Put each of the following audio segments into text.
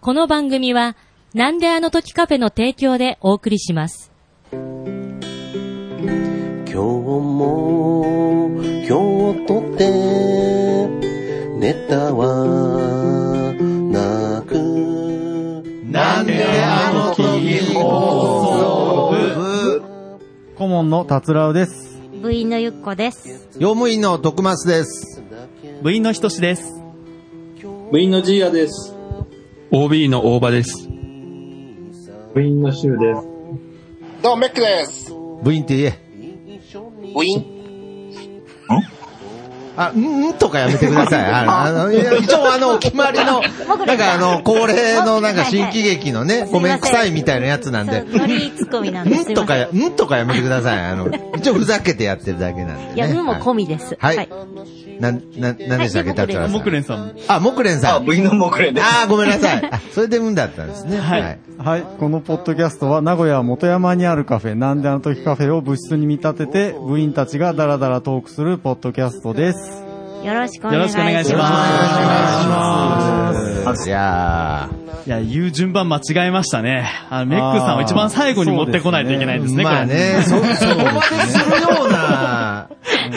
この番組は、なんであの時カフェの提供でお送りします。今日も今日とってネタはなくなんであの時放送顧問の達郎です。部員のゆっこです。用務員の徳松です。部員のひとしです。部員のジーヤです。 OB の大場です。部員のシュウです。どうも、メックです。部員って言え。部員。あ、んんとかやめてくだ さい。ああの、いや一応あの、お決まりの、なんかあ の、恒例のなんか新喜劇の ね、ごめんくさいみたいなやつなんでそう、ノリツッコミなんです。 んとかすいや、んとかやめてください。あの、一応ふざけてやってるだけなんで、ね。ませんいや、運も込みです。はい。なん、なん、なんでしたっけ、達郎さん。木蓮さん。あ、木蓮さん。部員の木蓮であー、ごめんなさい。あそれでうんだったんですね。はい。はい。このポッドキャストは名古屋元山にあるカフェ、なんであの時カフェを部室に見立てて、部員たちがダラダラトークするポッドキャストです。よろしくお願いします。よろしくお願いしますいやー。いや、言う順番間違えましたね。あの、メックさんを一番最後に持ってこないといけないですね、まあこれ。ね、そ、そこまでするような、イ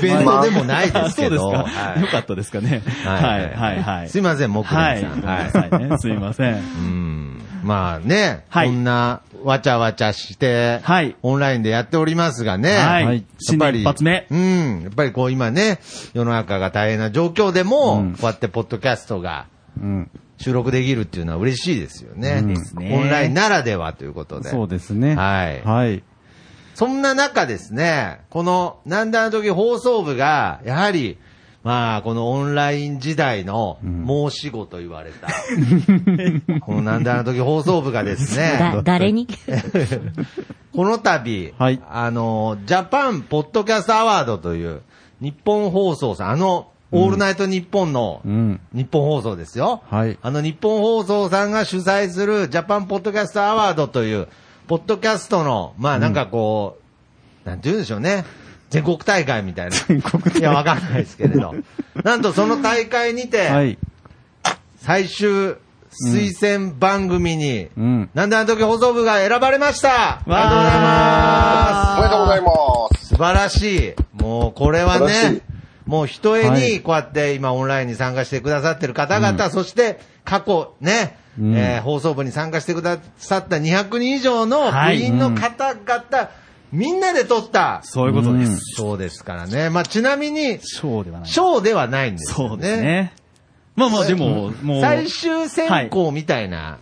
ベントでもないであす そうけですど。か。はいよかったですかね。ははいい、はい、はい。すいません、木はい。蓮ごさめん。んなさいね。すいません。うんまあね、はいこんなわちゃわちゃして、はいオンラインでやっておりますがね、はやいっぱり新年一発目うん、やっぱりこう今ね、世の中が大変な状況でも、うんこうやってポッドキャストがうん。収録できるっていうのは嬉しいですよね。うんですねオンラインならではということで。そうですね。はいはい。そんな中ですね、この、なんだの時放送部が、やはり、まあ、このオンライン時代の申し子と言われ た、このなんだの時放送部がで すだね、誰 にこの度、はいあの、ジャパンポッドキャストアワードという、日本放送さん、あの、オールナイト日本の、うん。日本放送ですよ。はいあの、日本放送さんが主催するジャパンポッドキャストアワードという、ポッドキャストの、まあなんかこう、なんて言うんでしょうね。全国大会みたいな。全国大会。いや、わかんないですけれ ど。なんとその大会にて、はい。最終推薦番組に、うん。なんであの時放送部が選ばれましたありがとうございますおめでとうございます。素晴らしい。もうこれは素晴らしねい、もう一は重にいこうやって今オンラインに参加してくださってる方々、そして過去ね、うんえー放送部に参加してくださった200人以上の部はい員の方々、みんなで取ったそういうことです。賞ですからね。まあちなみに、そうではない。賞ではないんですよね。そうですね。まあまあ、でも、もう、最終選考みたいな。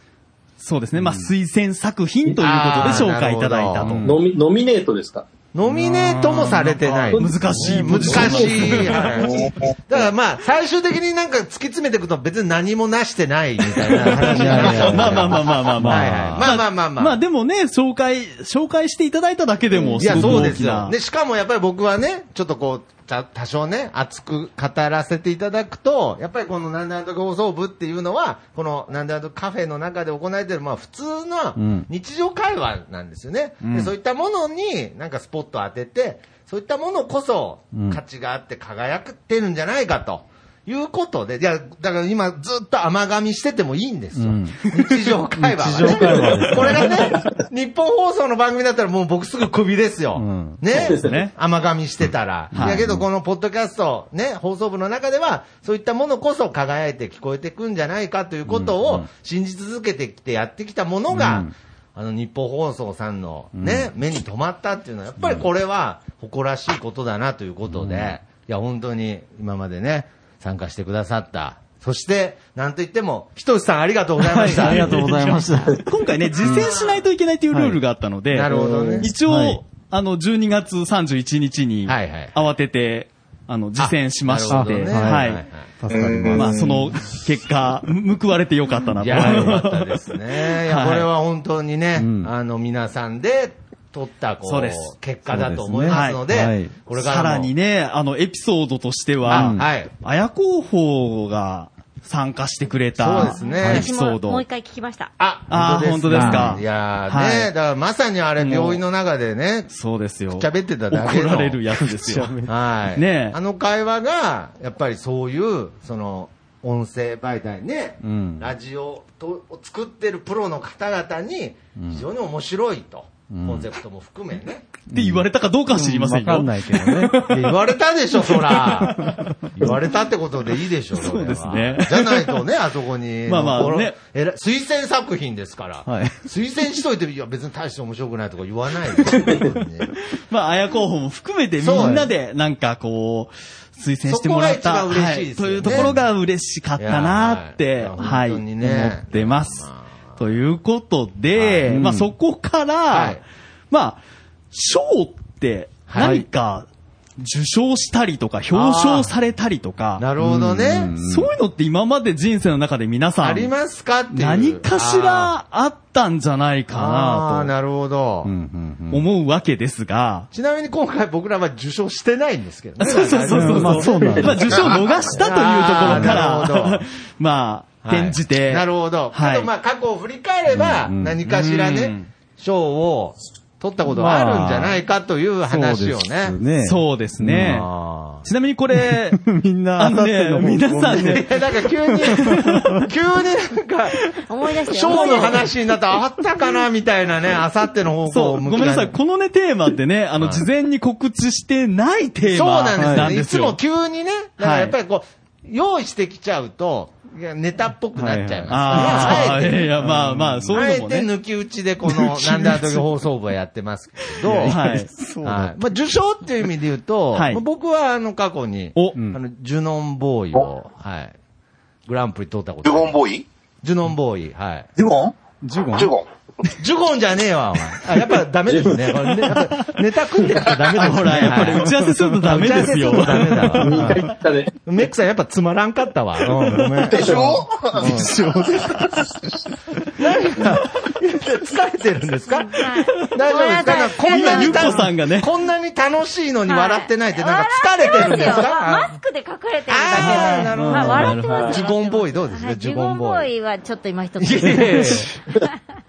そうですね。まあ、推薦作品ということで紹介いただいたあーなるほとど。ノミ、ノミネートですかノミネートもされてない。難しい。難しい話。だからまあ、最終的になんか突き詰めていくと別に何もなしてないみたいな話になりまますあよねまあまあまあまあまあ。はいはいまあまあまあまあまあでもね、紹介、紹介していただいただけでも、いすや、ごくそう大ですきよ。な。で、しかもやっぱり僕はね、ちょっとこう、た多少ね、熱く語らせていただくと、やっぱりこのなんであの時放送部っていうのは、このなんであの時カフェの中で行われてる、まあ普通のん日常会話なんですよね。でそういったものになんかスポットを当てて、そういったものこそうん価値があって輝くってるんじゃないかと。いうことで、いや、だから今ずっと甘噛みしててもいいんですよ。うん日常会話は、ね。日常会話ですこれがね、日本放送の番組だったらもう僕すぐクビですよ。うんねすね甘噛みしてたら。はだいけどこのポッドキャスト、ね、放送部の中では、そういったものこそ輝いて聞こえてくんじゃないかということうをんうん信じ続けてきてやってきたものが、うんあの日本放送さんのね、目に留まったっていうのは、やっぱりこれは誇らしいことだなということで、いや、本当に今までね、参加してくださった。そして、なんといっても、ひとしさんありがとうございました。ありがとうございました。 今回ね、実践しないといけないというルールがあったので、なるほどね。一応、はいあの、12月31日に、はいはい慌てて、あの、実践しまして、あなるほどねはい。はい助かります。まあ、その結果、む報われてよかったないと。や、よかったです ね。いや、はいこれは本当にね、うんあの、皆さんで取った、こそうですう、結果だと思いますので、そうですねはいこれからさも。らにね、あの、エピソードとしてあ、は、はい。綾候補が参加してくれたそうですねエピ私ソもード。もう一回聞きました。あ、あーね本当ですかいやーね、はいだからまさにあれ、病院の中でね、そうですよ。喋ってただけの怒ら れるやつですよ。はい。ねえあの会話が、やっぱりそういう、その、音声媒体ね、うんラジオとを作ってるプロの方々にうん非常に面白いと、うんコンセプトも含めね。って言われたかどうかは知りませんよ。わかんないけどね。 いや言われたでしょ、そ ら。言われたってことでいいでしょ、それはそうですねじゃないとね、あそこに。まあまあねこのえら推薦作品ですから。はい推薦しといて、いや、別に大して面白くないとか言わないですよ本当に まあ、綾候補も含めてみんなで、なんかこう、推薦してもらっそた。こが一番嬉しいですよはねい。というところが嬉しかったなっいやて、はいはい、いや本当にね思ってます。ということで、はいまあそこから、はいまあ、賞って何か受賞したりとか、表彰されたりとか、なるほどね。そういうのって今まで人生の中で皆さありん、ますかっていう。何かしらあったんじゃないかあーあー、ななるほど。うんうんうんと思うわけですが、ちなみに今回僕らは受賞してないんですけどね。そうそうそうそう。まあそうなんです まあ受賞逃したというところかあーなるほらど、まあ、はい転じて。なるほど。はいけどまあ過去を振り返れば、うん何かしらうねん、賞を取ったことがあるんじゃないかという話をね。そうですね。そうですね。あちなみにこれ、 みんなあ当のたってねの、皆さんねー、え、なんか 急に、急になんか、思い出して。賞の話になったらあったかなみたいなね、あさっての方向そをう、向ごめんなさい。そうこのね、テーマってね、あの、はい事前に告知してないテーなマんですよね、なんい、ですつよ。も急にね、だからやっぱりこう、用意してきちゃうと、いやネタっぽくなっちゃいますから、ああ、あえいてやいや、まあまあ、そうあいうえのもてね。抜き打ち でこの、なんであの時放送部はやってますけど、はい。そうだはい。まあ、受賞っていう意味で言うと、 はいまあ僕はあの過去に、おあの、ジュノンボーイを、はい。グランプリ取ったこジュとある。ゴンボーイジュノンボーイ、はい。ジュゴンジュゴンジュゴン。ジュゴンじゃねえわ、お前。あ、やっぱダメですね。これねやっぱネタ組んでからダメですね。ほら、やっぱ り打ち合わせするとダメですよ。打ち合わせするとダメだわ。 2回言ったね。メックさんやっぱつまらんかったわ。うん、ごめん。でしょ何か、疲れてるんですか大丈夫ですかなんかこんな今、ゆにっこさんがね、こんなに楽しいのに笑ってないって、なんか疲笑れっててるんですまあマかスクで隠れてるだあーけで。なるほどまあ笑ってますジュゴンボーイどうですかはいジジュュゴゴンンボボーイーイはちょっと今一いつ。やいやいや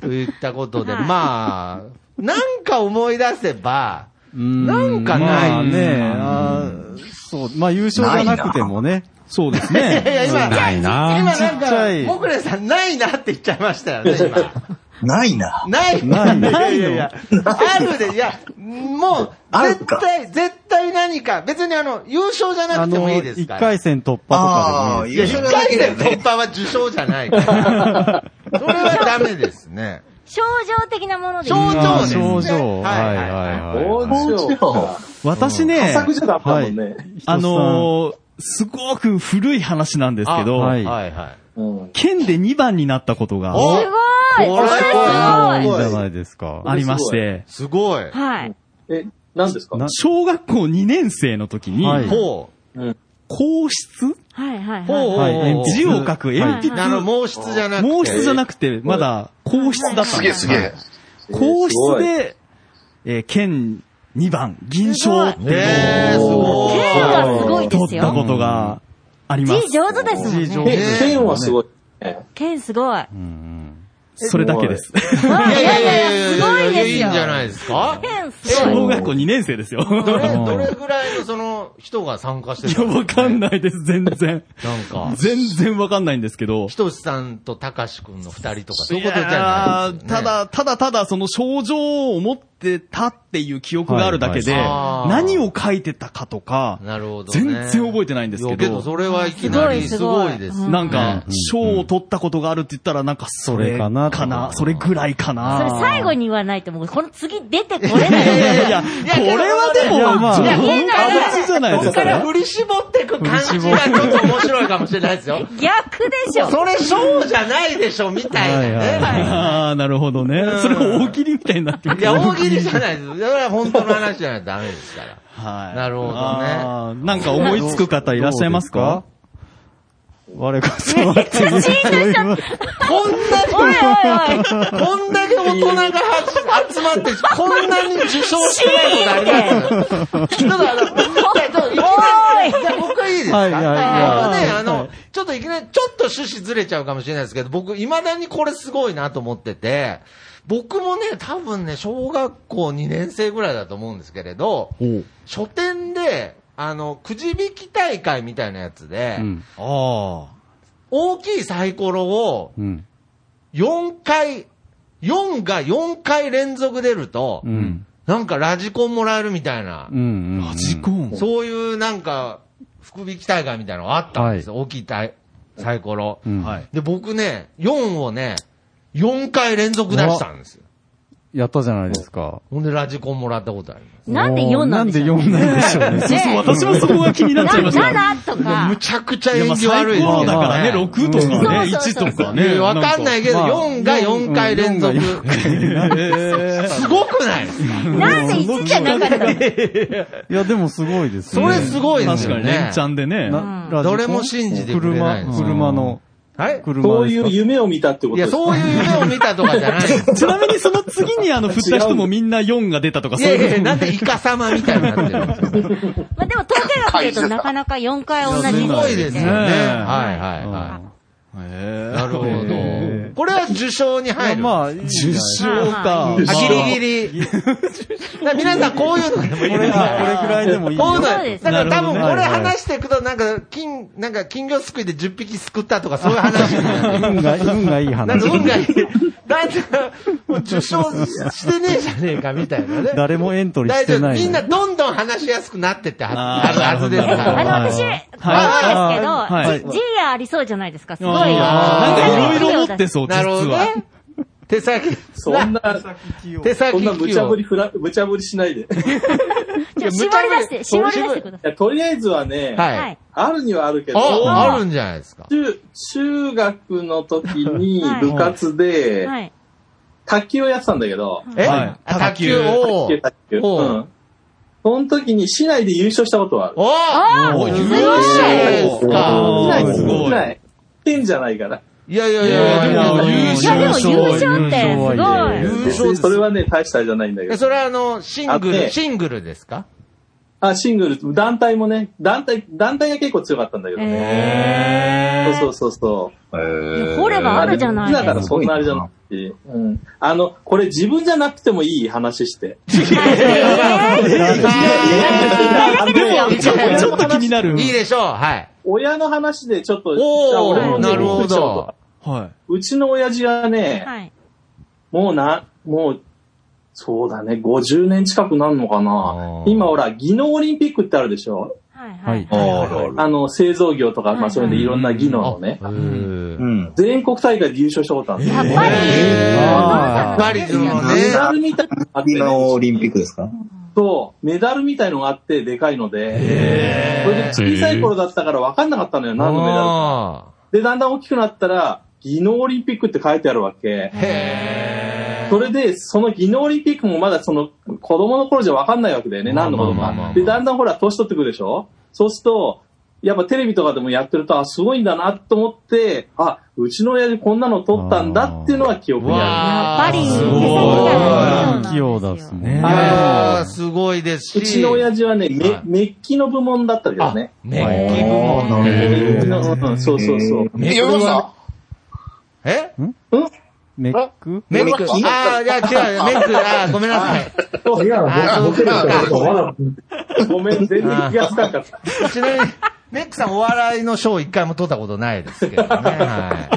といったことで、はいまあ、なんか思い出せば、ななんかないまあね、あーそう、まあ優勝じゃなくてもね。そうです いやいや、今、ないな今なんちっちゃいか、モクレさんないなって言っちゃいましたよね、今。 ないな。ないないいやいや。あるで、いや、もう、ある絶か対、絶対何か、別にあの、優勝じゃなあくてもの、いいです一から。回戦突破とかでーね。いや、一回戦突破は受賞じゃないから。それはダメですね。症状的なもので。症状ですね。症状。ははいはいはいいはい。はいはい。どうしよ私う。ね、作じゃだったもんね。あのー、すごく古い話なんですけど、あはいははい。うん。県で2番になたことがおすごいこれそれすごあはーいいいじゃないですか。ありまして、すごい。はい。え、何ですかな小学校2年生の時に、はいほ皇室はいはい。う。ほう。はいはい鉛筆字を書くは鉛筆、あの、毛筆じゃなくて。毛筆じゃなくて、まだ皇室だったすげえすげえ。皇室で、えー県2番、銀賞っていうえー、すごい。剣はすごいで取すったよ。ことがあります字。上手ですもん字上ね。え剣はすごい。え剣すごい。わうんそれだけです。あいやいやいや、すごいですよ。いいんじゃないですか剣すごい。小学校2年生ですよ。いどれ、どれぐらいのその人が参加してたや、わかんい。ないです、全然。なんか、全然わかんないんですけどひ。としさんとたかしくんの二人とか、そういうことじいやゃないーですよねた、だ、ただただ、その症状を持ってたっていう記憶があるだけで、はいはい何を書いてたかとか、なるほど、ね。全然覚えてないんですけどいやけど、それはいきなりすすごごいすごいいです。うんなんねか、賞を取ったことがあるって言ったら、なんか、そそれれかかななかなそれぐらいかそれな最後に言わないともう、この次出てこれないいやいよ。やいや、これはでも、いやまあ情い報や言えない過ちじゃないでこすっか。から振り絞ってく感じがちょっと面白いかもしれないですよ。逆でしょ。それ、ショーじゃないでしょ、みたいなね。はい ああ、なるほどねうん。それを大喜利みたいになってるいや、大喜利じゃないです。それは本当の話じゃないとダメですから。はい。なるほどねあーなんか思いつく方いらっしゃいますか我こそはっていう。こんなに、おいおいおい。こんだけ大人がはじ集まって、こんなに受賞してないことありますただ、あの、いきなり、いや、僕はいいですか、はいはいはいあのね、あはのい、ちょっといきなり、ちょっと趣旨ずれちゃうかもしれないですけど、僕、未だにこれすごいなと思ってて、僕もね、多分ね、小学校2年生ぐらいだと思うんですけれど、書店で、あの、くじ引き大会みたいなやつで、うんああ。大きいサイコロをうん。 4回、4が4回連続出ると、うん。なんかラジコンもらえるみたいなう、ん。ラジコン。そういうなんか、福引き大会みたいなのがあったんですよ。大きい大サイコロ、うんはい。で、僕ね、4をね、4回連続出したんですよ。やったじゃないですか。ほんでラジコンもらったことあります。なんで4なんでしょうなんで4なんでしょうね。そうそう、私もそこが気になっちゃいました。な7とかむ。ちゃくちゃいや縁まあ起サイ悪いですけコどロだからね、6とかね、そうそうそう1とかね。わかんないけど、まあ4が4回連続。うん すごくないですかなんで1じゃなかったのいや、でもすごいですね。それすごいですよ確かね。に、連チャンでね。などれも信じてくれないです車、車の、はい車ですかそういう夢を見たっていことでや、すかそういう夢を見たとかじゃないです。 ちなみにその次にあの、振った人もみんな4が出たとかいそうやいいうこやいとや、もなんでイカ様みたいになって るんですよ。まあでも統計学で言うとなかなか4回同じ。すごいですよね。はいねえはいはへい。ーなるほえど。これは受賞に入る。ままあ、あ、いいんじゃ受ない賞か。ギリギリ。だから皆さんこういうのでもいいこでれすが、こかれくらいでもいいよ。こういうの、そうだですから多分なるほこれどね話していくと、なんか、金、なんか、金魚すくいで10匹すくったとか、そういう話になる。 運が、運がいいなん話か。運がいい。だって、もう受賞してねえじゃねえか、みたいなね。誰もエントリー大して丈夫。ない。みんな、どんどん話しやすくなってってはずあーあるはずですかあの、ら。私、ははい思うんですけど、はジーヤありそうじゃないですか。すごい。なんかいろいろ持ってす。そう、実なるほどは。ね。手先、そんな、 手そ先んな無茶ぶり器ふら、無茶ぶりしないで。いちょっと絞り出して、絞り出してくだやとりあえずはね、用。はさいい。。あるにはあるけど、あ、あるんじゃないですか。中、中学の時にはい部活で、はい。卓球をやってたんだけど、えはい卓球卓を。球、卓球。おううん。その時に市内で優勝したことはある。おあおおー優優勝勝か。あー市内、すごい市内。点じゃないから。いやいやいやいや、いやでも優いや、でも勝。優勝ってすごい。優勝ですそれはね、大したあれじゃないんだけえど。それはあの、シングあっル、てシングルですかあ、シングル、団体もね、団体、団体が結構強かったんだけどね。えそうそうそうそう。掘ればあるじゃないでだすかからそんなあれじゃなくて。うん。あの、これ自分じゃなくてもいい話して。でも、ちょっとちょっと気になる。いいでしょう、はい。親の話でちょっと、じゃあお俺もー、ねなるほちょっとど。はうちの親父がね、はい。もうな、もう、そうだね、50年近くなるのかなあ。ー今ほら、技能オリンピックってあるでしょはい。ははいい。。あの、製造業とか、まあそういうのいろんな技能のねあ。うんうん全国大会で優勝したことあるんだやよっぱり、やあーっぱりそのメダね、ルみたいのがあって、今のオリンピックですかそう、メダルみたいのがあって、でかいので、それで小さい頃だったから分かんなかったのよ、何のメダルか。あで、だんだん大きくなったら、技能オリンピックって書いてあるわけ。ーへそれで、その技能オリンピックもまだその子供の頃じゃ分かんないわけだよね、まあ何のことまあまあまあか。で、だんだんほら、年取ってくるでしょそうすると、やっぱテレビとかでもやってると、あ、すごいんだなと思って、あ、うちの親父こんなの撮ったんだっていうのは記ー。憶にあやっぱり、すごい器用だっすい。ね。ああーすごいですし。る。うちの親父はね、はめいメッキの部門だったけどあね。、メッキ部門のね。うんうんそうそうそう。メッキ読みましたえメックメックああ、いや違う、メック、ああ、ごめんなさい。ああ、そうか。ごめん、全然気がつかなかった。ちなみに、メックさんお笑いの賞一回も取ったことないですけどね。は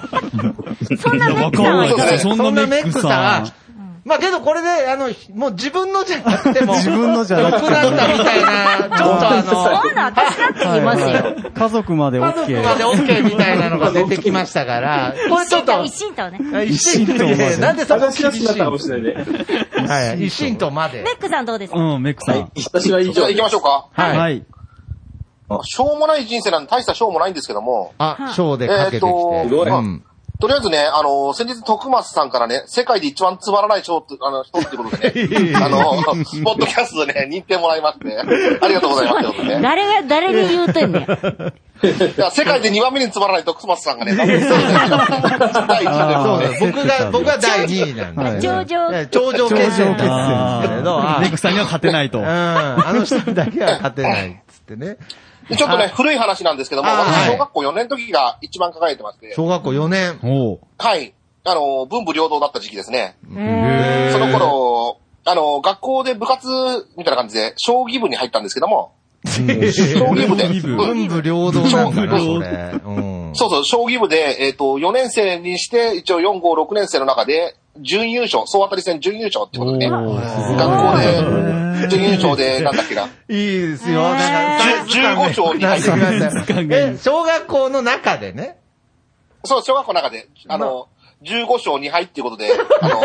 い。そんなメッわクさかんんはないいかがですでよ。すそんなメックさん。まあけどこれで、あの、もう自分のじゃなくても、自分のじゃ良なくくなったみたいな、ちょっとあの、か。そんな私だって言いますよ。はい家族まで家族 OK。まで OK みたいなのが出てきましたから、これちょっと一、心とね。メ一心一心とまでなんでそこ厳話ししやすくなったかもしいれないね。はい一心とまで。ックさんどうですかうん、メックさん。私は以じゃ上あ行きましょうか。は。はいい。しょうもない人生なんで大したしょうもないんですけども、あ、賞でかけてきて。えーっとうんとりあえずね、あの、先日徳松さんからね、世界で一番つまらない賞って、あの、賞ってこと でね、あの、ポッドキャストでね、認定もらいまして、ありがとうございますってことでね。誰が、誰に言うとんねん。いや世界で2番目につまらない徳松さんがね、多分そうですね第一あーそ弾うでです僕が、僕が第2位なんで。はい頂上ええ頂上決戦なんあですけど、ーはメいックさんには勝てないとうん。。あの人だけは勝てないっつってね。でちょっとね、古い話なんですけども、あ私ーはい小学校4年の時が一番輝いてまして、小学校4年。おう はい。あの、文武両道だった時期ですね。えその頃、あの、学校で部活みたいな感じで、将棋部に入ったんですけども、将棋部で、将棋部うん文武両道なんだな、それ。うん。うんそうそう、将棋部で、えっ、と、4年生にして、一応4、5、6年生の中で、準優勝、総当たり戦準優勝ってことでね。学校で、準優勝で、なんだっ けな。いいですよ。なんか、じゅ15兆に入ってるなんかえ、小学校の中でね。そう、小学校の中で、あの、15勝2敗っていうこと で、あの、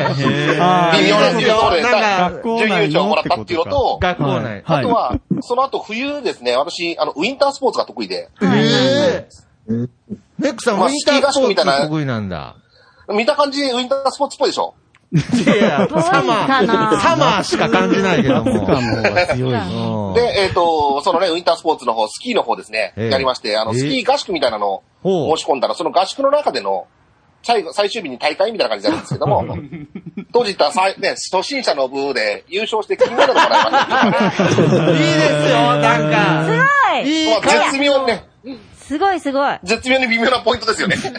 あ微妙なっていうところで、なんか準優勝をもらったっていうのと、学校内。あとはは、その後冬ですね、私、あの、ウィンタースポーツが得意で、えーネックさん、ウまィあンタースポーツ得意なんだ。見た感じ、ウィンタースポーツっぽいでしょいや、どうサマかー、なサマーしか感じないけども。強いうんで、えっ、と、そのね、ウィンタースポーツの方、スキーの方ですね、ええやりまして、あの、ええスキー合宿みたいなのをほう申し込んだら、その合宿の中での、最後、最終日に大会みたいな感じなんですけども、 当時言ったらさい、ね、初心者の部で優勝して金メダルもらいました。 いいですよ、なんか。いいまあか、絶妙ね、すごいすごい。絶妙に微妙なポイントですよね。 絶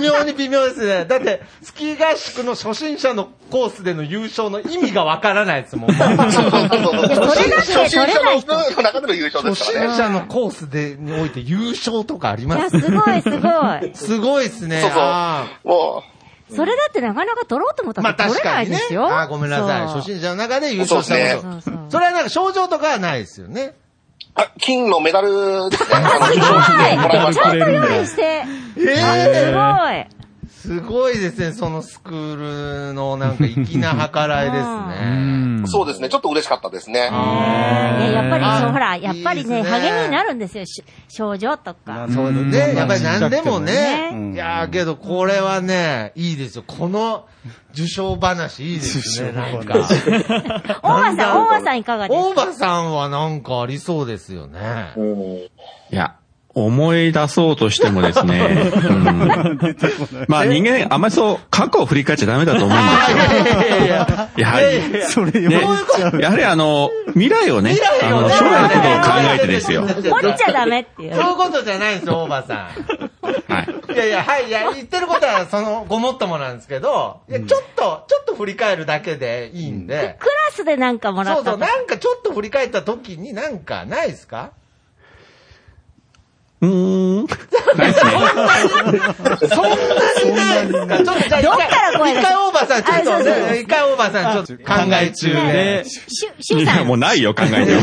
妙に微妙ですね。だって、スキー合宿の初心者のコースでの優勝の意味がわからないですもん。初そうそうそうそうれだけ初心者取れないの人部の中での優勝ですから心ね。者のコースで、において優勝とかありいまや、すすごいすごい。 すごいですね。そうそうあーもそれだってなかなか取ろうと思ったまあら取確れなかいにでね。すよ。あーごめんなさい。そう初心者の中で優勝したそこうと。そうそうそれはなんか症状とかはないですよね。う、あ金のメダルですね、 あの受賞してもらいましちゃたんと。用意して。えすえごい。すごいですね、そのスクールのなんか粋な計らいですね。そうですね、ちょっと嬉しかったですね。ね、やっぱり、あそうほら、やっぱりいいね、ですね励みになるんですよ、し症状とか。そうですね。やっぱり何でもね。ねいやーけどこれはね、いいですよ。この受賞話いいです ね、なんか。大場さん、大場さんいかがですか大場さんはなんかありそうですよね。 いや、思い出そうとしてもです ね。うん、まあ人間、あんまりそう、過去を振り返っちゃダメだと思うんですよ。いやいやいや。やはり。それねよ。やはりあの、未来をね、あの、将来のことを考えてですよ。はい。掘っちゃダメっていう。そういうことじゃないんですよ、大場さん。いやいや、はい、いや、言ってることは、その、ごもっともなんですけど、いや、ちょっと、ちょっと振り返るだけでいいんで、クラスでなんかもらそっうそたう、となんかちょっと振り返った時になんかないですかうーん。ないですね。そんなにないですかちょっとじゃあ一どっ回から声が一回大場さん、ちょっあとそうそうね、一回大場さん、ちょっと考え中で。で、しゅ、しいゅさや、ん。もうないよ、考えても。と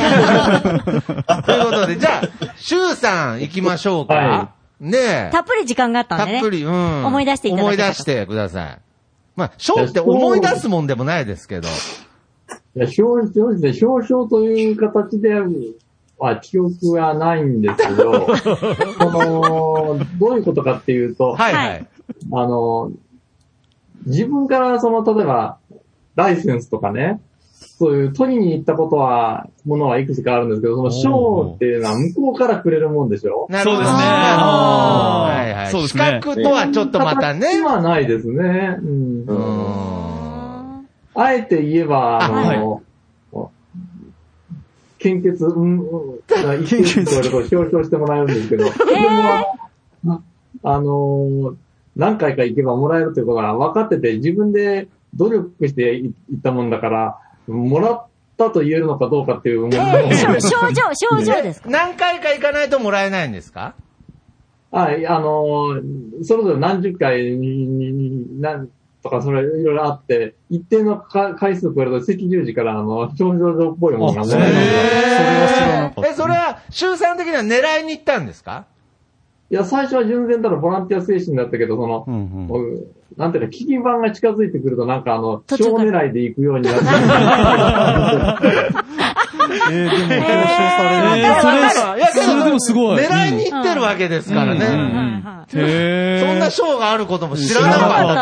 いうことで、じゃあ、シュウさん行きましょうかは。ねえ。たっぷり時間があったんたでね。っぷり、うん。思い出していただ思けいたら出してください。まあ、賞って思い出すもんでもないですけど。いや表表示で表彰という形では記憶がないんですけ ど、その、どういうことかっていうと、はいははいい。 あの、自分からその、例えば、ライセンスとかね、そういう取りに行ったことは、ものはいくつかあるんですけど、その賞っていうのは向こうからくれるもんでしょなるほどそうですねああーーはいはい。そうですね資格とはちょっとまたね形。はないですね。うん。うん。あえて言えば、あの、献血、うん、 うん、献血とこ表彰してもらえるんですけど、自分は、あのー、何回か行けばもらえるということが分かってて、自分で努力してい行ったもんだから、もらったと言えるのかどうかっていう問題えも、ー、しょ 症状、症状ですか何回か行かないともらえないんですかはい、あのー、それぞれ何十回に、にになんとか、それいろいろあって、一定のか回数を超えると赤十字から、あの、症状状っぽいものがもえらえるのでは知らなかったえ、それは、周さん的には狙いに行ったんですかいや、最初は純然たるボランティア精神だったけど、その、うんうんもうなんていうか、基金板が近づいてくると、なんかあの、途小中から狙いで行くようにな って、えー、でも表え彰される。ー、それ、いやけどそれでもすごい。狙いに行ってるわけですからうんうんはいね。はへそんな知賞があることも知らならなかかっった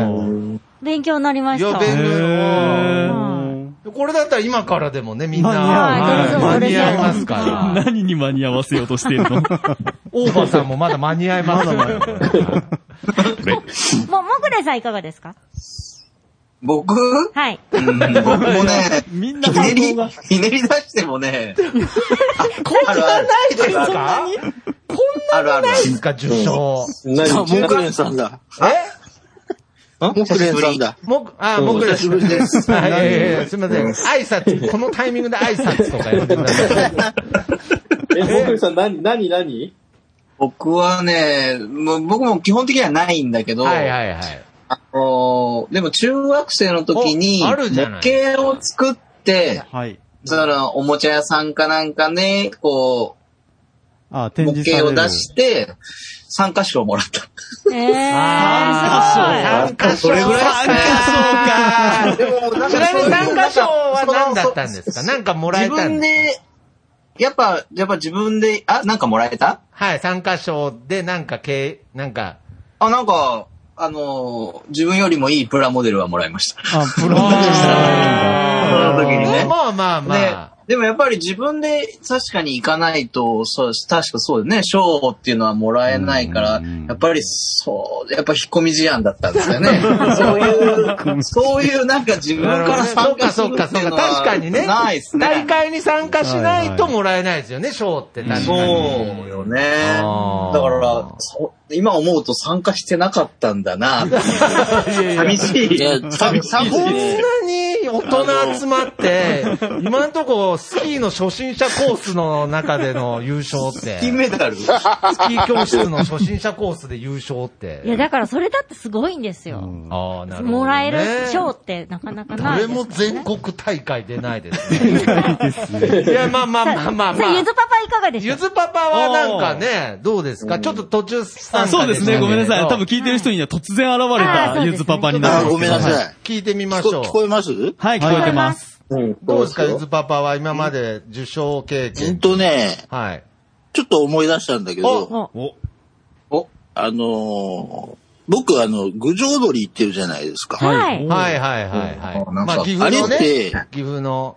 た。ね。い。勉強になりました。いや勉強へーこれだったら今からでもね、みんな。はいどうぞ間に合いますから。何に間に合わせようとしてるの大場さんもまだ間に合いますか ら。もう、もぐれさんいかがですか僕はい。うん僕もね、みんなひね反り応が、ひねり出してもね、こんなないですかあるある。ですか、受賞。何あ、モクレンさんだ。えモクレンさんだ。も、あ、僕ら。久しぶりです。はい、いやいやいやすみません。挨拶、このタイミングで挨拶とかやってください。え、モクレンさん何、何、何僕はね、もう僕も基本的にはないんだけど、はいはいはい。あのーでも中学生の時に、おあるじゃない模型を作って、はい。そのおもちゃ屋さんかなんかね、こあ、う、展模示され型る。を出して、参加賞をもらった。えあー、参加賞。それぐらいですかねか。ちなみに参加賞は何だったんですかなんかもらえ自たん分ですで、やっぱ、やっぱ自分で、あ、なんかもらえたはい、参加賞でなんかけ、なんか、あ、なんか、あのー自分よりもいいプラモデルはもらいました。あ、プロモデルしたその時にね。まあまあまあ。で、でもやっぱり自分で確かに行かないと、そう、確かそうだよね、賞っていうのはもらえないから、やっぱりそう、やっぱ引っ込み思案だったんです よね。そういう、そういうなんか自分からそ参っ加かするそっっかてそいっうか。のは確かにね。ないっすね。大会に参加しないともらえないですよね、賞って確かに。そうよね。だから、そ今思うと参加してなかったんだ な。寂しい。寂しいこんなね。に大人集まって、今んとこスキーの初心者コースの中での優勝って。金メダルスキー教室の初心者コースで優勝って。いや、だからそれだってすごいんですよ。ああ、なるほど、ね。もらえる賞ってなかなかないで誰すも全国大会出ないですね。いや、まあまあまあまあまさあゆあ。ずパパいかがでしょうゆずパパはなんかね、どうですかちょっと途中参加あそうですね、ごめんなさい。多分聞いてる人には突然現れたゆずパパになる。あごめんなさい。聞いてみましょう。えますはい、聞こえてます。どうですかゆずパパは今まで受賞経ほ験ん。とね、はい。ちょっと思い出したんだけど、おおあのー僕あの、郡上踊り行ってるじゃないですか。はい。はいはいはいはい。んなんまかあ岐阜のあれねって、岐阜の。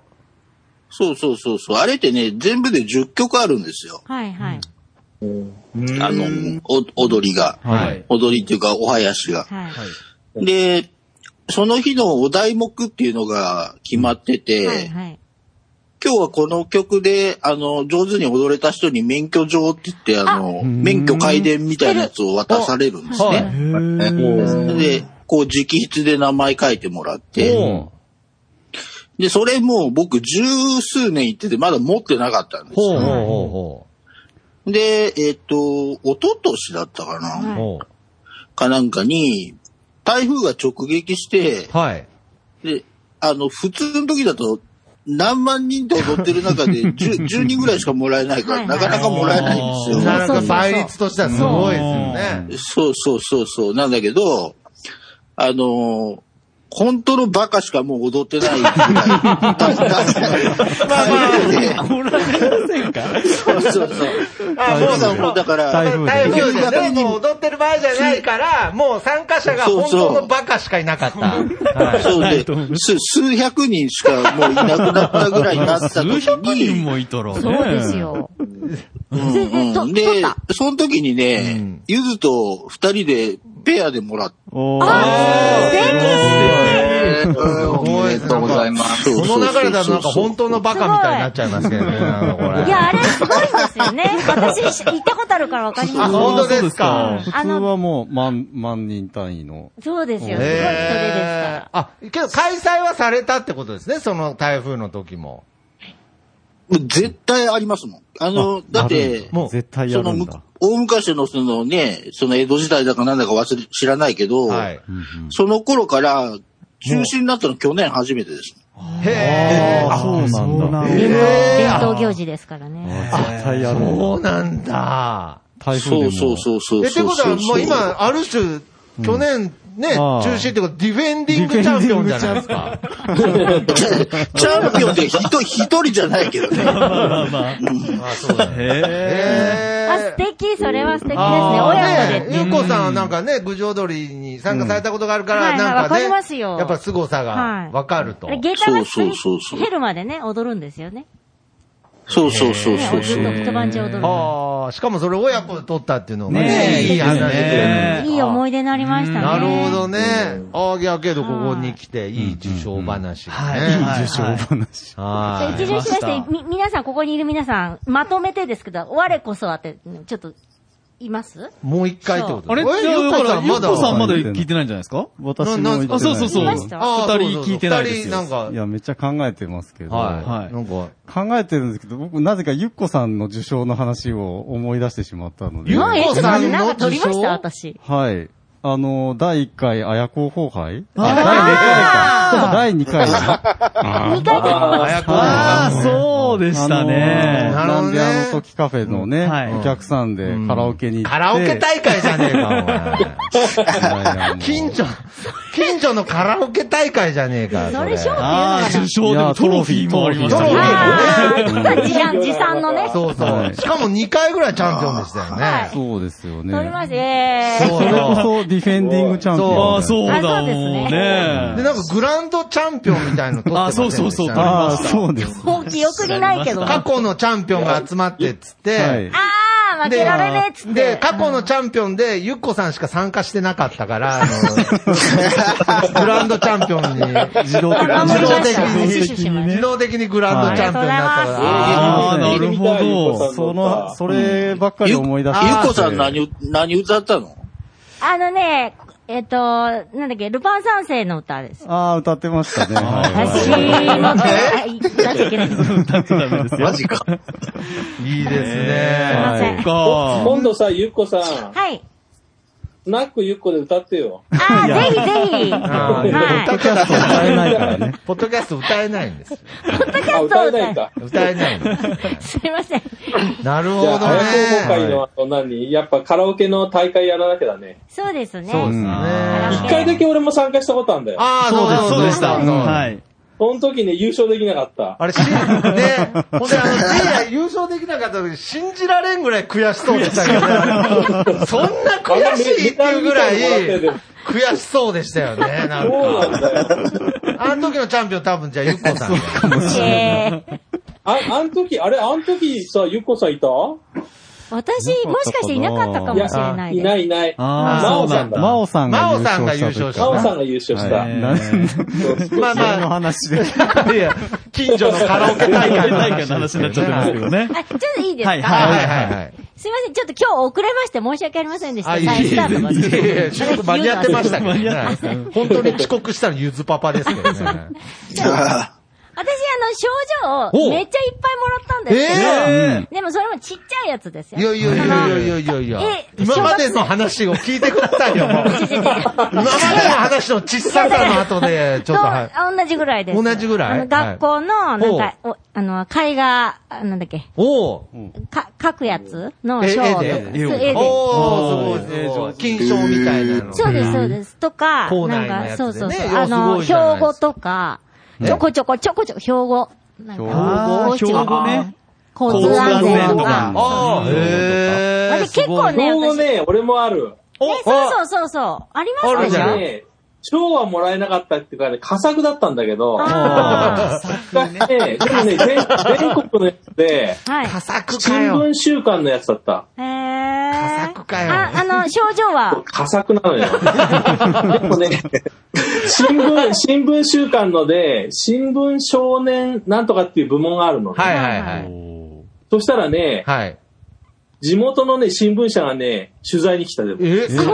そうそうそうそう。あれってね、全部で10曲あるんですよ。はいはい。あの、お踊りが。はい。踊りっていうか、お囃子が。はい。で、その日のお題目っていうのが決まってて、はいはい。今日はこの曲で、あの、上手に踊れた人に免許状って言って、あの、免許改伝みたいなやつを渡されるんですはね。い。で、こう直筆で名前書いてもらって、ほで、それも僕十数年行っててまだ持ってなかったんでうすほうほうよ。ほで、えっ、と、一昨年だったかな、うはい。ほう。かなんかに、台風が直撃して、はい。で、あの、普通の時だと、何万人と踊ってる中で 10, 10人ぐらいしかもらえないかはら、いなかなかもらえないんですよ。なかなか倍率としてはすごいですよね。そうそうそうそう。なんだけど、あのー本当のバカしかもう踊ってないぐらい。もらえませんかそうそうそう。あ皆さんもうだから、台風で台風でね、もう踊ってる場合じゃないから、もう参加者が本当のバカしかいなかった。はいそうで、す数百人しかもういなくなったぐらいになった時数百人に、もいたらね。そうです。よ。うんうんで取った、その時にね、ゆずと二人でペアでもらって、おあえーおめでとうございます。この流れだとなんか本当当のバカみたいになっちゃいますけどね、なんかこれ。いや、あれすごいんですよね。私、行ったことあるからわかりまあす。本当ですか普通はもう万、万人単位の。そうですよ。すごい人手ですえかーあ、けど開催はされたってことですね、その台風の時も。もう絶対ありますもん。あの、だって、もう絶対そやるのんむだ。、大昔のそのね、その江戸時代だかなんだか忘れ、知らないけど、はい。その頃から中止になったの去年初めてです。へー。あ、そうなんだ。ら。伝絶えー統行事ですからね。対やるんだそうなんだ。台風でそも。うそうそうそうそう。え、ってことはもうそう今、ある種、去年ね、あー中止ってこと、ディフェンディングチャンピオンじゃないですか。チャンピオンって一人、一人じゃないけどね。 あ、そうだね。へあ、素敵、それは素敵ですね。あ親子ーでっていねう。ゆうこさんはなんかね、郡上踊りに参加されたことがあるかうら、んなはいはんいわかね、かりますよやっぱ凄さがわかると。あれ下駄がそうそうそうそう減るまでね、踊るんですよね。そうそうそうねそうずそっう。と一晩中踊る。ああ、しかもそれ親子で撮ったっていうのがね、ねえいい話ですよねね。いい思い出になりましたね。なるほどね。ああ、いやけどここに来て、いい受賞話がね。はい。受賞話。一はい。巡しまして、み、皆さん、ここにいる皆さん、まとめてですけど、我こそはって、ちょっと、いますもう一回ってこそとうあれえじゃあ、だから、ゆゆっっここささんまんまだだ聞いてないんじゃないですか私も言ってないあ、そうそうそう。聞二きま人した聞いてないですよ。いや、めっちゃ考えてますけど。はいはい。なんか。考えてるんですけど、僕、なぜかゆっこさんの受賞の話を思い出してしまったので。えちょっと待ってなんか撮りました私。はい。あの、第1回、あやこう崩壊あ第2回か。第2回。二回目あーあーそうでしたねなあるほどのなんねであの時カフェのね、お客さんでカラオケに行って。カラオケ大会じゃねえか、 近所、近所のカラオケ大会じゃねえか。それ賞ああ、受賞でもトロフィーもありましたね。持参持参のね。そうそう。しかも2回ぐらいチャンピオンでしたよね。そうですよね。撮りました。えーそれこそディフェンディングチャンピオンみたいな。。あーそうだあそうですねもうねで、なんかグランドチャンピオンみたいの取ってませんでしたあそうそうそう取りましたあそうですもう記憶にないけど。過去のチャンピオンが集まってっつって、あー、負けられねえっつっで、て。過去のチャンピオンで、ゆっこさんしか参加してなかったから、あの、グランドチャンピオンに、自動的に自動的自動的にに、自動的にグランドチャンピオンになったから。あー、なるほどど。その、そればっかり思い出して。ゆっこさん何、何歌ったのあのね、えっと、なんだっけ、ルパン三世の歌です。ああ、歌ってましたね。私私も あい出しちゃいけないです。マジか。いいですねはいお今度さ、ゆっこさん、はい。スナックゆっこで歌ってよ。あー、ぜひぜひ。あはーいポッドキャスト歌えないからね。ポッドキャスト歌えないんですよ。ポッドキャストを歌え歌えないの。すいません。なるほじゃどあ、ね。早く公開の、あの、何やっぱカラオケの大会やらなきゃだね。そうですね。そうですね。一回だけ俺も参加したことあるんだよ。。あーそうだそうでしたそうでしたうんはいその時ね、優勝できなかった。あれ、し、ね、ほんで、あの、せいや優勝できなかった時、信じられんぐらい悔しそうでしたけど、そんな悔しいっていうぐらい、悔しそうでしたよね、なんそうなんか。あの時のチャンピオン多分じゃあ、ゆっこさん。あ、あん時、あれ、あん時さ、ゆっこさんいた私、もしかしていなかったかもしれないいです。ないいない。あ真あ、央さんだ。真央さんが優勝した。真央さんが優勝した。まあまあ。の話で。いや、近所のカラオケ大会の話の話になっちゃってますけどね。あ、ちょっといいですかはいはいはいはい。すいません、ちょっと今日遅れまして申し訳ありませんでした。あ、いい再スタートがいやいや、ちょっと間に合ってましたけど間にね合っ。本当に遅刻したのゆずパパですけど ね。私、あの、症状おをめっちゃいっぱいもらったんですけど、えでもそれもちっちゃいやつですよ。いやいやいやいやいやいやいやえ。今までの話を聞いてくださいよ、もう。今までの話の小ささの後で、ちょっと、はい。と同じぐらいです。同じぐらいあの学校の、なんか、おあの、絵画、あなんだっけ、おおか、描くやつのえ賞絵をでそう絵で。おー、すごいすごい。金賞みたいなの。そうです、そうです。とか、校な内んのか、やつでそうねそうそう。いやあすごの、いじゃないですか標語とか、ちょこちょこちょこちょこ、標語。なんかあー標標語ね。交通安全とか。ああ、へあれ結構ね、今後私。え、ね、俺もある。そうそうそうそう。ありあまするでじしゃょん。賞はもらえなかったっていうかね、佳作だったんだけど。あね、でもね、全全国のやつで、はい。佳作新聞週間のやつだった。えー。佳作かよ。あ、あの、症状は、佳作なのよ。でもね、新聞、新聞週間ので、新聞少年なんとかっていう部門があるのね。はいはいはい。そしたらね、地元のね、新聞社がね、取材に来たでも。えすごい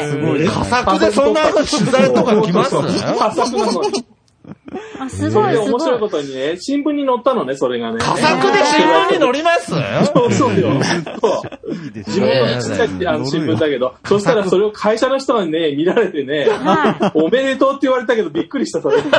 すごい佳作でそん な取材とか来ますそうそうそう佳作なのよ。あ、すごい、です面ご白いい。ことにね、新聞に載ったのね、それがね。佳作で新聞に載りますそうそうよ。そう地元のちっちゃいあの新聞だけど、そしたらそれを会社の人がね、見られてね、おめでとうって言われたけどびっくりした、それ。そう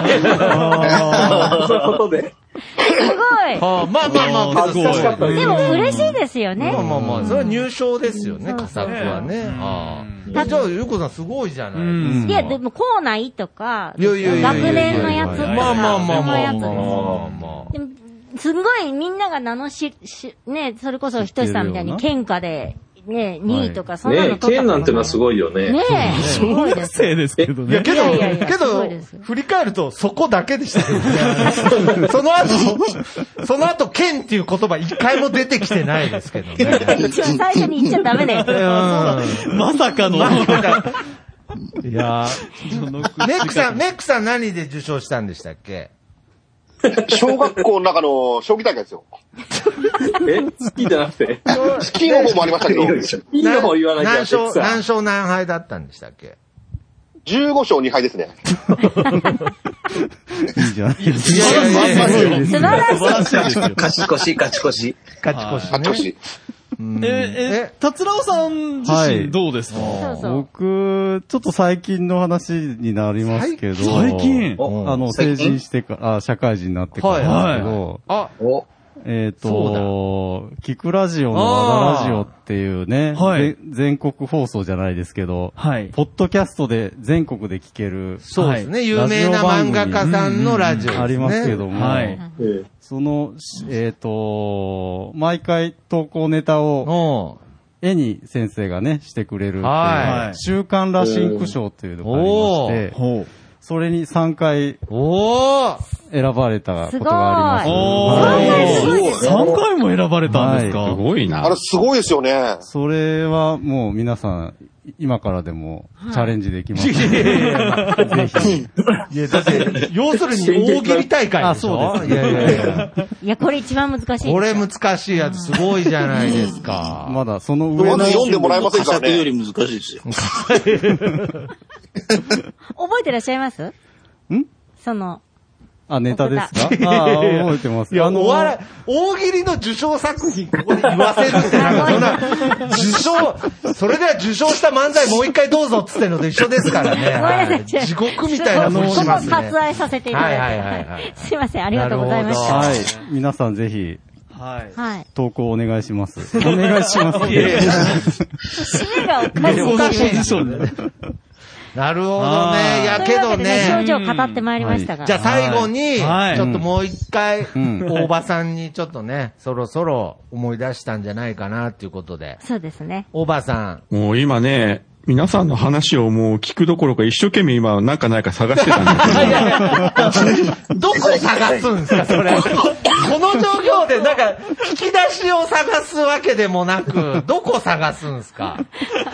いうことで。すごあーまあまあまあ、恥ずかしかったい。ねでも嬉しいですよね。まあまあまあ、それは入賞ですよね、佳作はね。ああ。じゃあ、ゆうこさんすごいじゃないですいか。や、でも校内とか、いやいやいやいや学年のやつとか、まあまあまあそのまやつあでますあよまあまあ。すんごいみんなが名のし、し、ね、それこそひとしさんみたいに知っ県下で、ね、2位とかそんなねの取った県なんてのはすごいよね。ねえすごいです生ですけどいや、けいど、やいやいやけすごどいです、振り返ると、そこだけでしたけど ねその後、その後、剣っていう言葉一回も出てきてないですけどね。一番最初に言っち ゃダメだよ。まさかの。いやメックさん、メックさん何で受賞したんでしたっけ小学校の中の将棋大会ですよ。え好きじゃなくて。好きの方もありましたけど。いいの方言わなきゃ何勝、さ何勝何敗だったんでしたっけ15勝2敗ですね。いいじゃないいやいやいやいや素晴らしい。勝ち越し、勝ち越し。勝ち越しね勝ち越しえ、え、達郎さん自身どうですか、僕、ちょっと最近の話になりますけど。最最近あの、成最近人してから、あ社会人になってからなんですけど。あ、えっ、そと、キクラジオのあー和田ラジオっていうね、はいぜ全国放送じゃないですけど、ポッドキャストで全国で聞ける、そうですねはい有名な漫画家さんのラジオですねありますけども、はいその、しえっ、と、毎回投稿ネタを、絵に先生がね、してくれるっていう、はい週刊ラシンク賞っていうのがありまして、それに3回、選ばれたことがあります。すごいおーはいすごい3回も選ばれたんですかはいすごいなあれすごいですよね。それはもう皆さん、今からでもチャレンジできます。いや、だって、要するに大喜利大会でしょあそうですいやいやいや。いや、これ一番難しいですよ。これ難しいやつすごいじゃないですか。まだその上の仮作より難しいですよ。覚えてらっしゃいますんその、あ、ネタですか ネタあー覚えてます。いや、あのお笑い、大喜利の受賞作品ここで言わせるって、なんかそんな、受賞、それでは受賞した漫才もう一回どうぞっつってのと一緒ですからごめんなさいね。 違う地獄みたいなそのこをそしこますね。割愛させていただいて。はいはいはいはい すいません、ありがとうございましなるた。ほどはい。皆さんぜひ、はい。投稿お願いします。お願いします。いやいや 締めがおかしい。おかしいでしょなるほどね。いや、けどね。というわけで症状語ってまいりましたが。じゃあ最後に、はいちょっともう一回、ん大場さんにちょっとね、そろそろ思い出したんじゃないかなっていうことで。そうですね。大場さん。もう今ね、皆さんの話をもう聞くどころか一生懸命今なんかないか探してたんですけど。どこ探すんですか、それ。この状況で、なんか、引き出しを探すわけでもなく、どこ探すんですか。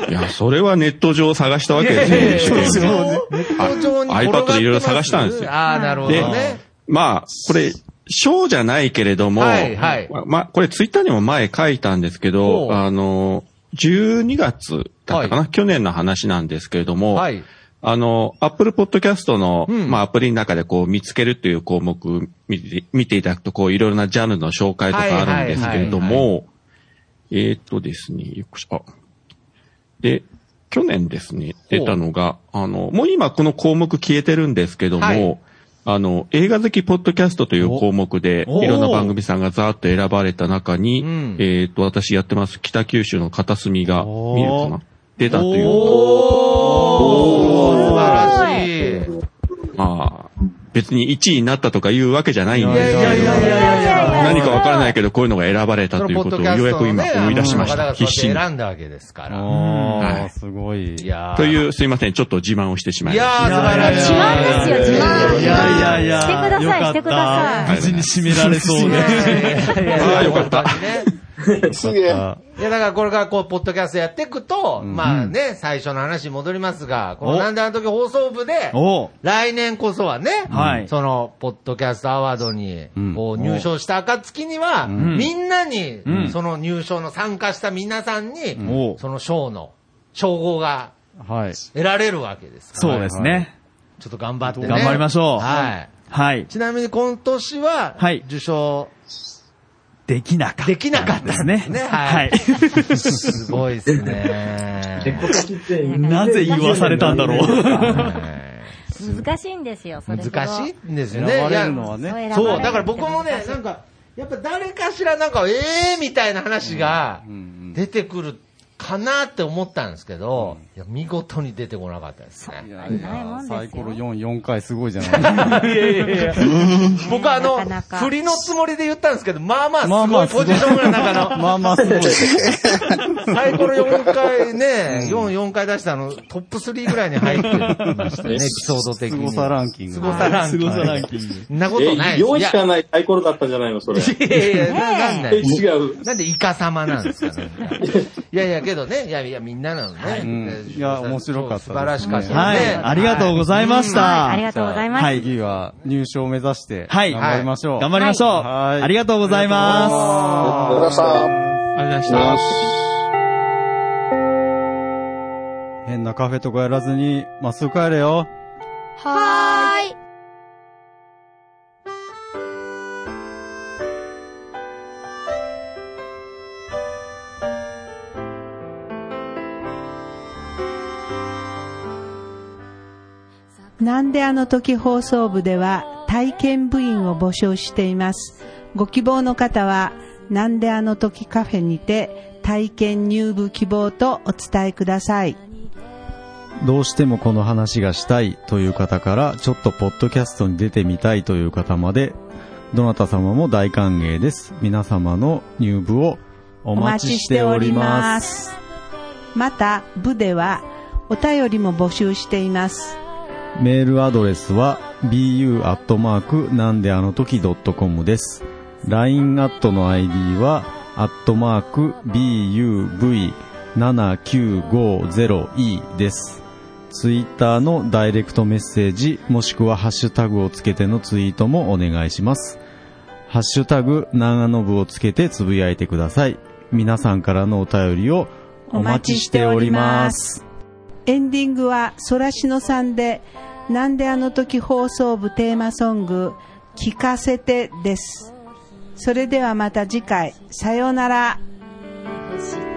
いや、それはネット上探したわけですよ、一生懸命あ iPad でいろいろ探したんですよ。ああ、なるほどでね。、まあ、これ、賞じゃないけれども、はいはいままあ、これツイッターにも前書いたんですけほどう、あの、12月だったかな、去年の話なんですけれども、あの、Apple Podcast の、まあ、アプリの中でこう見つけるという項目見て見ていただくと、こういろいろなジャンルの紹介とかあるんですけれどはいも、えーっとですね、よくしあ、で、去年ですね、出たのが、あの、もう今この項目消えてるんですけども、はいあの、映画好きポッドキャストという項目で、おおいろんな番組さんがざーっと選ばれた中に、んえーっと、私やってます、北九州の片隅が、見えるかな出たという。素晴らしい。まあ、別に1位になったとかいうわけじゃないんいでやすいけやいやいやいやど、何かわからないけど、こういうのが選ばれたということをようやく今思い出しましあのた。方々そうや必って死に。選んだわけですから。はすごい。いやーという、すいません、ちょっと自慢をしてしまいました。いやー素晴らしいいや自慢ですよ自慢いやいやいやしてください、してください。無事に締められそうで。ああ、よかった。 すげえ。いや、だからこれからこう、ポッドキャストやっていくと、まあね、最初の話に戻りますが、このなんであの時放送部で、お来年こそはね、はいその、ポッドキャストアワードに、こう、入賞した暁には、んみんなに、うんその入賞の参加した皆さんに、んその賞の、称号がはい。得られるわけですから。そうですね。ちょっと頑張ってね。頑張りましょう。はい。。はい。ちなみに今年は、はい。受賞。できなかった。できなかったですね。ねははいい。すごいですね。なぜ言わされたんだろう。難しいんですよ、それほど難しいんですよね。選ばれるのはねいやそう選そばれるのはう、だから僕もね、なんか、やっぱ誰かしらなんか、ええー、みたいな話が出てくるかなって思ったんですけど、いや見事に出てこなかったですね。サイコロ4、4回 すごいじゃない いやいやいや僕はあの、なかなか振りのつもりで言ったんですけど、まあままあまああすごいポジションの中の。まあまあすごいサイコロ4回ね、4、4回出したの、トップ3ぐらいに入ってましたね、エピソード的に。凄さランキング凄さランキング。凄さランキングそんなことないです4しかないサイコロだったんじゃないのそれ。いやいや、ななんだよえ違う。なんでイカ様なんですかね。いやいや、けどね。いやいや、みんななのね。うんいや、面白かったですね。素晴らしかったですねはい。ありがとうございましたはいありがとうございますはい。次は入賞を目指して、はい頑張りましょう。頑張りましょうはいありがとうございますありがとうございましたありがとうございましたありがとうござい変なカフェとかやらずに、まっすぐ帰れよ。はーい。なんであの時放送部では体験部員を募集しています。ご希望の方は、なんであの時カフェにて体験入部希望とお伝えください。どうしてもこの話がしたいという方から、ちょっとポッドキャストに出てみたいという方まで、どなた様も大歓迎です。皆様の入部をお待ちしております。す。また、部ではお便りも募集しています。メールアドレスは bu アットマークなんであの時 .com です。LINE アットの ID はアットマーク buv7950e です。ツイッターのダイレクトメッセージもしくはハッシュタグをつけてのツイートもお願いします。ハッシュタグ長野部をつけてつぶやいてください。皆さんからのお便りをお待ちしております。エンディングはソラシノさんで、なんであの時放送部テーマソング、聞かせてです。それではまた次回、さようなら。星